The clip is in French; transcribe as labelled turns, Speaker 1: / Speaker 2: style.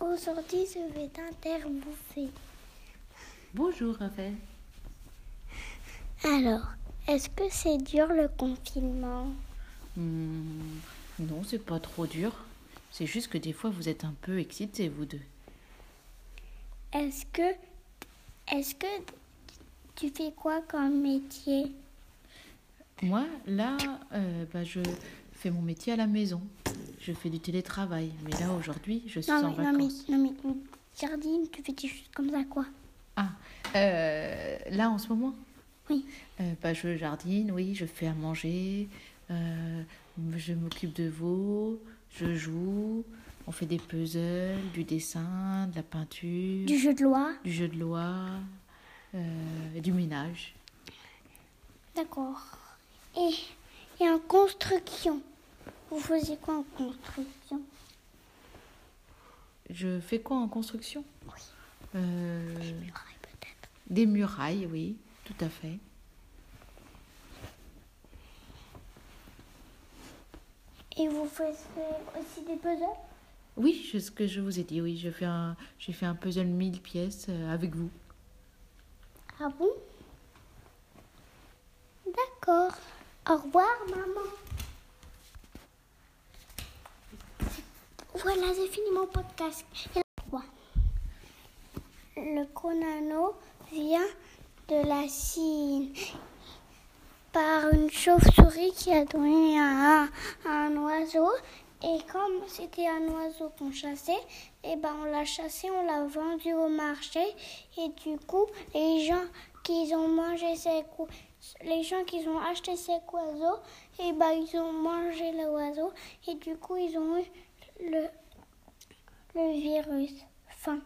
Speaker 1: Aujourd'hui, je vais t'interbouffer.
Speaker 2: Bonjour Raphaël.
Speaker 1: Alors, est-ce que c'est dur le confinement
Speaker 2: Hmm, non, c'est pas trop dur. C'est juste que des fois vous êtes un peu excités, vous deux.
Speaker 1: Est-ce que. Est-ce que tu fais quoi comme métier
Speaker 2: Moi, là, euh, bah, je fais mon métier à la maison. Je fais du télétravail. Mais là, aujourd'hui, je suis en
Speaker 1: non mais, non, mais,
Speaker 2: vacances.
Speaker 1: non, mais, Jardine, tu fais des choses comme ça, quoi
Speaker 2: Ah, euh, là, en ce moment
Speaker 1: Oui.
Speaker 2: Euh, bah, je jardine, oui, je fais à manger, euh, je m'occupe de vous, je joue, on fait des puzzles, du dessin, de la peinture,
Speaker 1: Du jeu de loi
Speaker 2: du jeu de loi, euh, et du ménage.
Speaker 1: D'accord. Et, et en construction Vous faisiez quoi en construction
Speaker 2: Je fais quoi en construction
Speaker 1: Oui.
Speaker 2: Euh,
Speaker 1: Muraille, peut-être.
Speaker 2: Des murailles, oui, tout à fait.
Speaker 1: Et vous faisiez aussi des puzzles
Speaker 2: Oui, c'est ce que je vous ai dit, oui, je fais un- j'ai fait un puzzle mille pièces euh, avec vous.
Speaker 1: Ah bon D'accord. Au revoir, maman. Voilà, j'ai fini mon podcast. Et la trois. Le konano vient de la Chine par une chauve-souris qui a donné à un, à un oiseau. Et comme c'était un oiseau qu'on chassait, et ben on l'a chassé, on l'a vendu au marché. Et du coup, les gens qui ont mangé ces cou- les gens qui ont acheté cet oiseau, et ben ils ont mangé l'oiseau. Et du coup, ils ont eu le, le virus. Fin.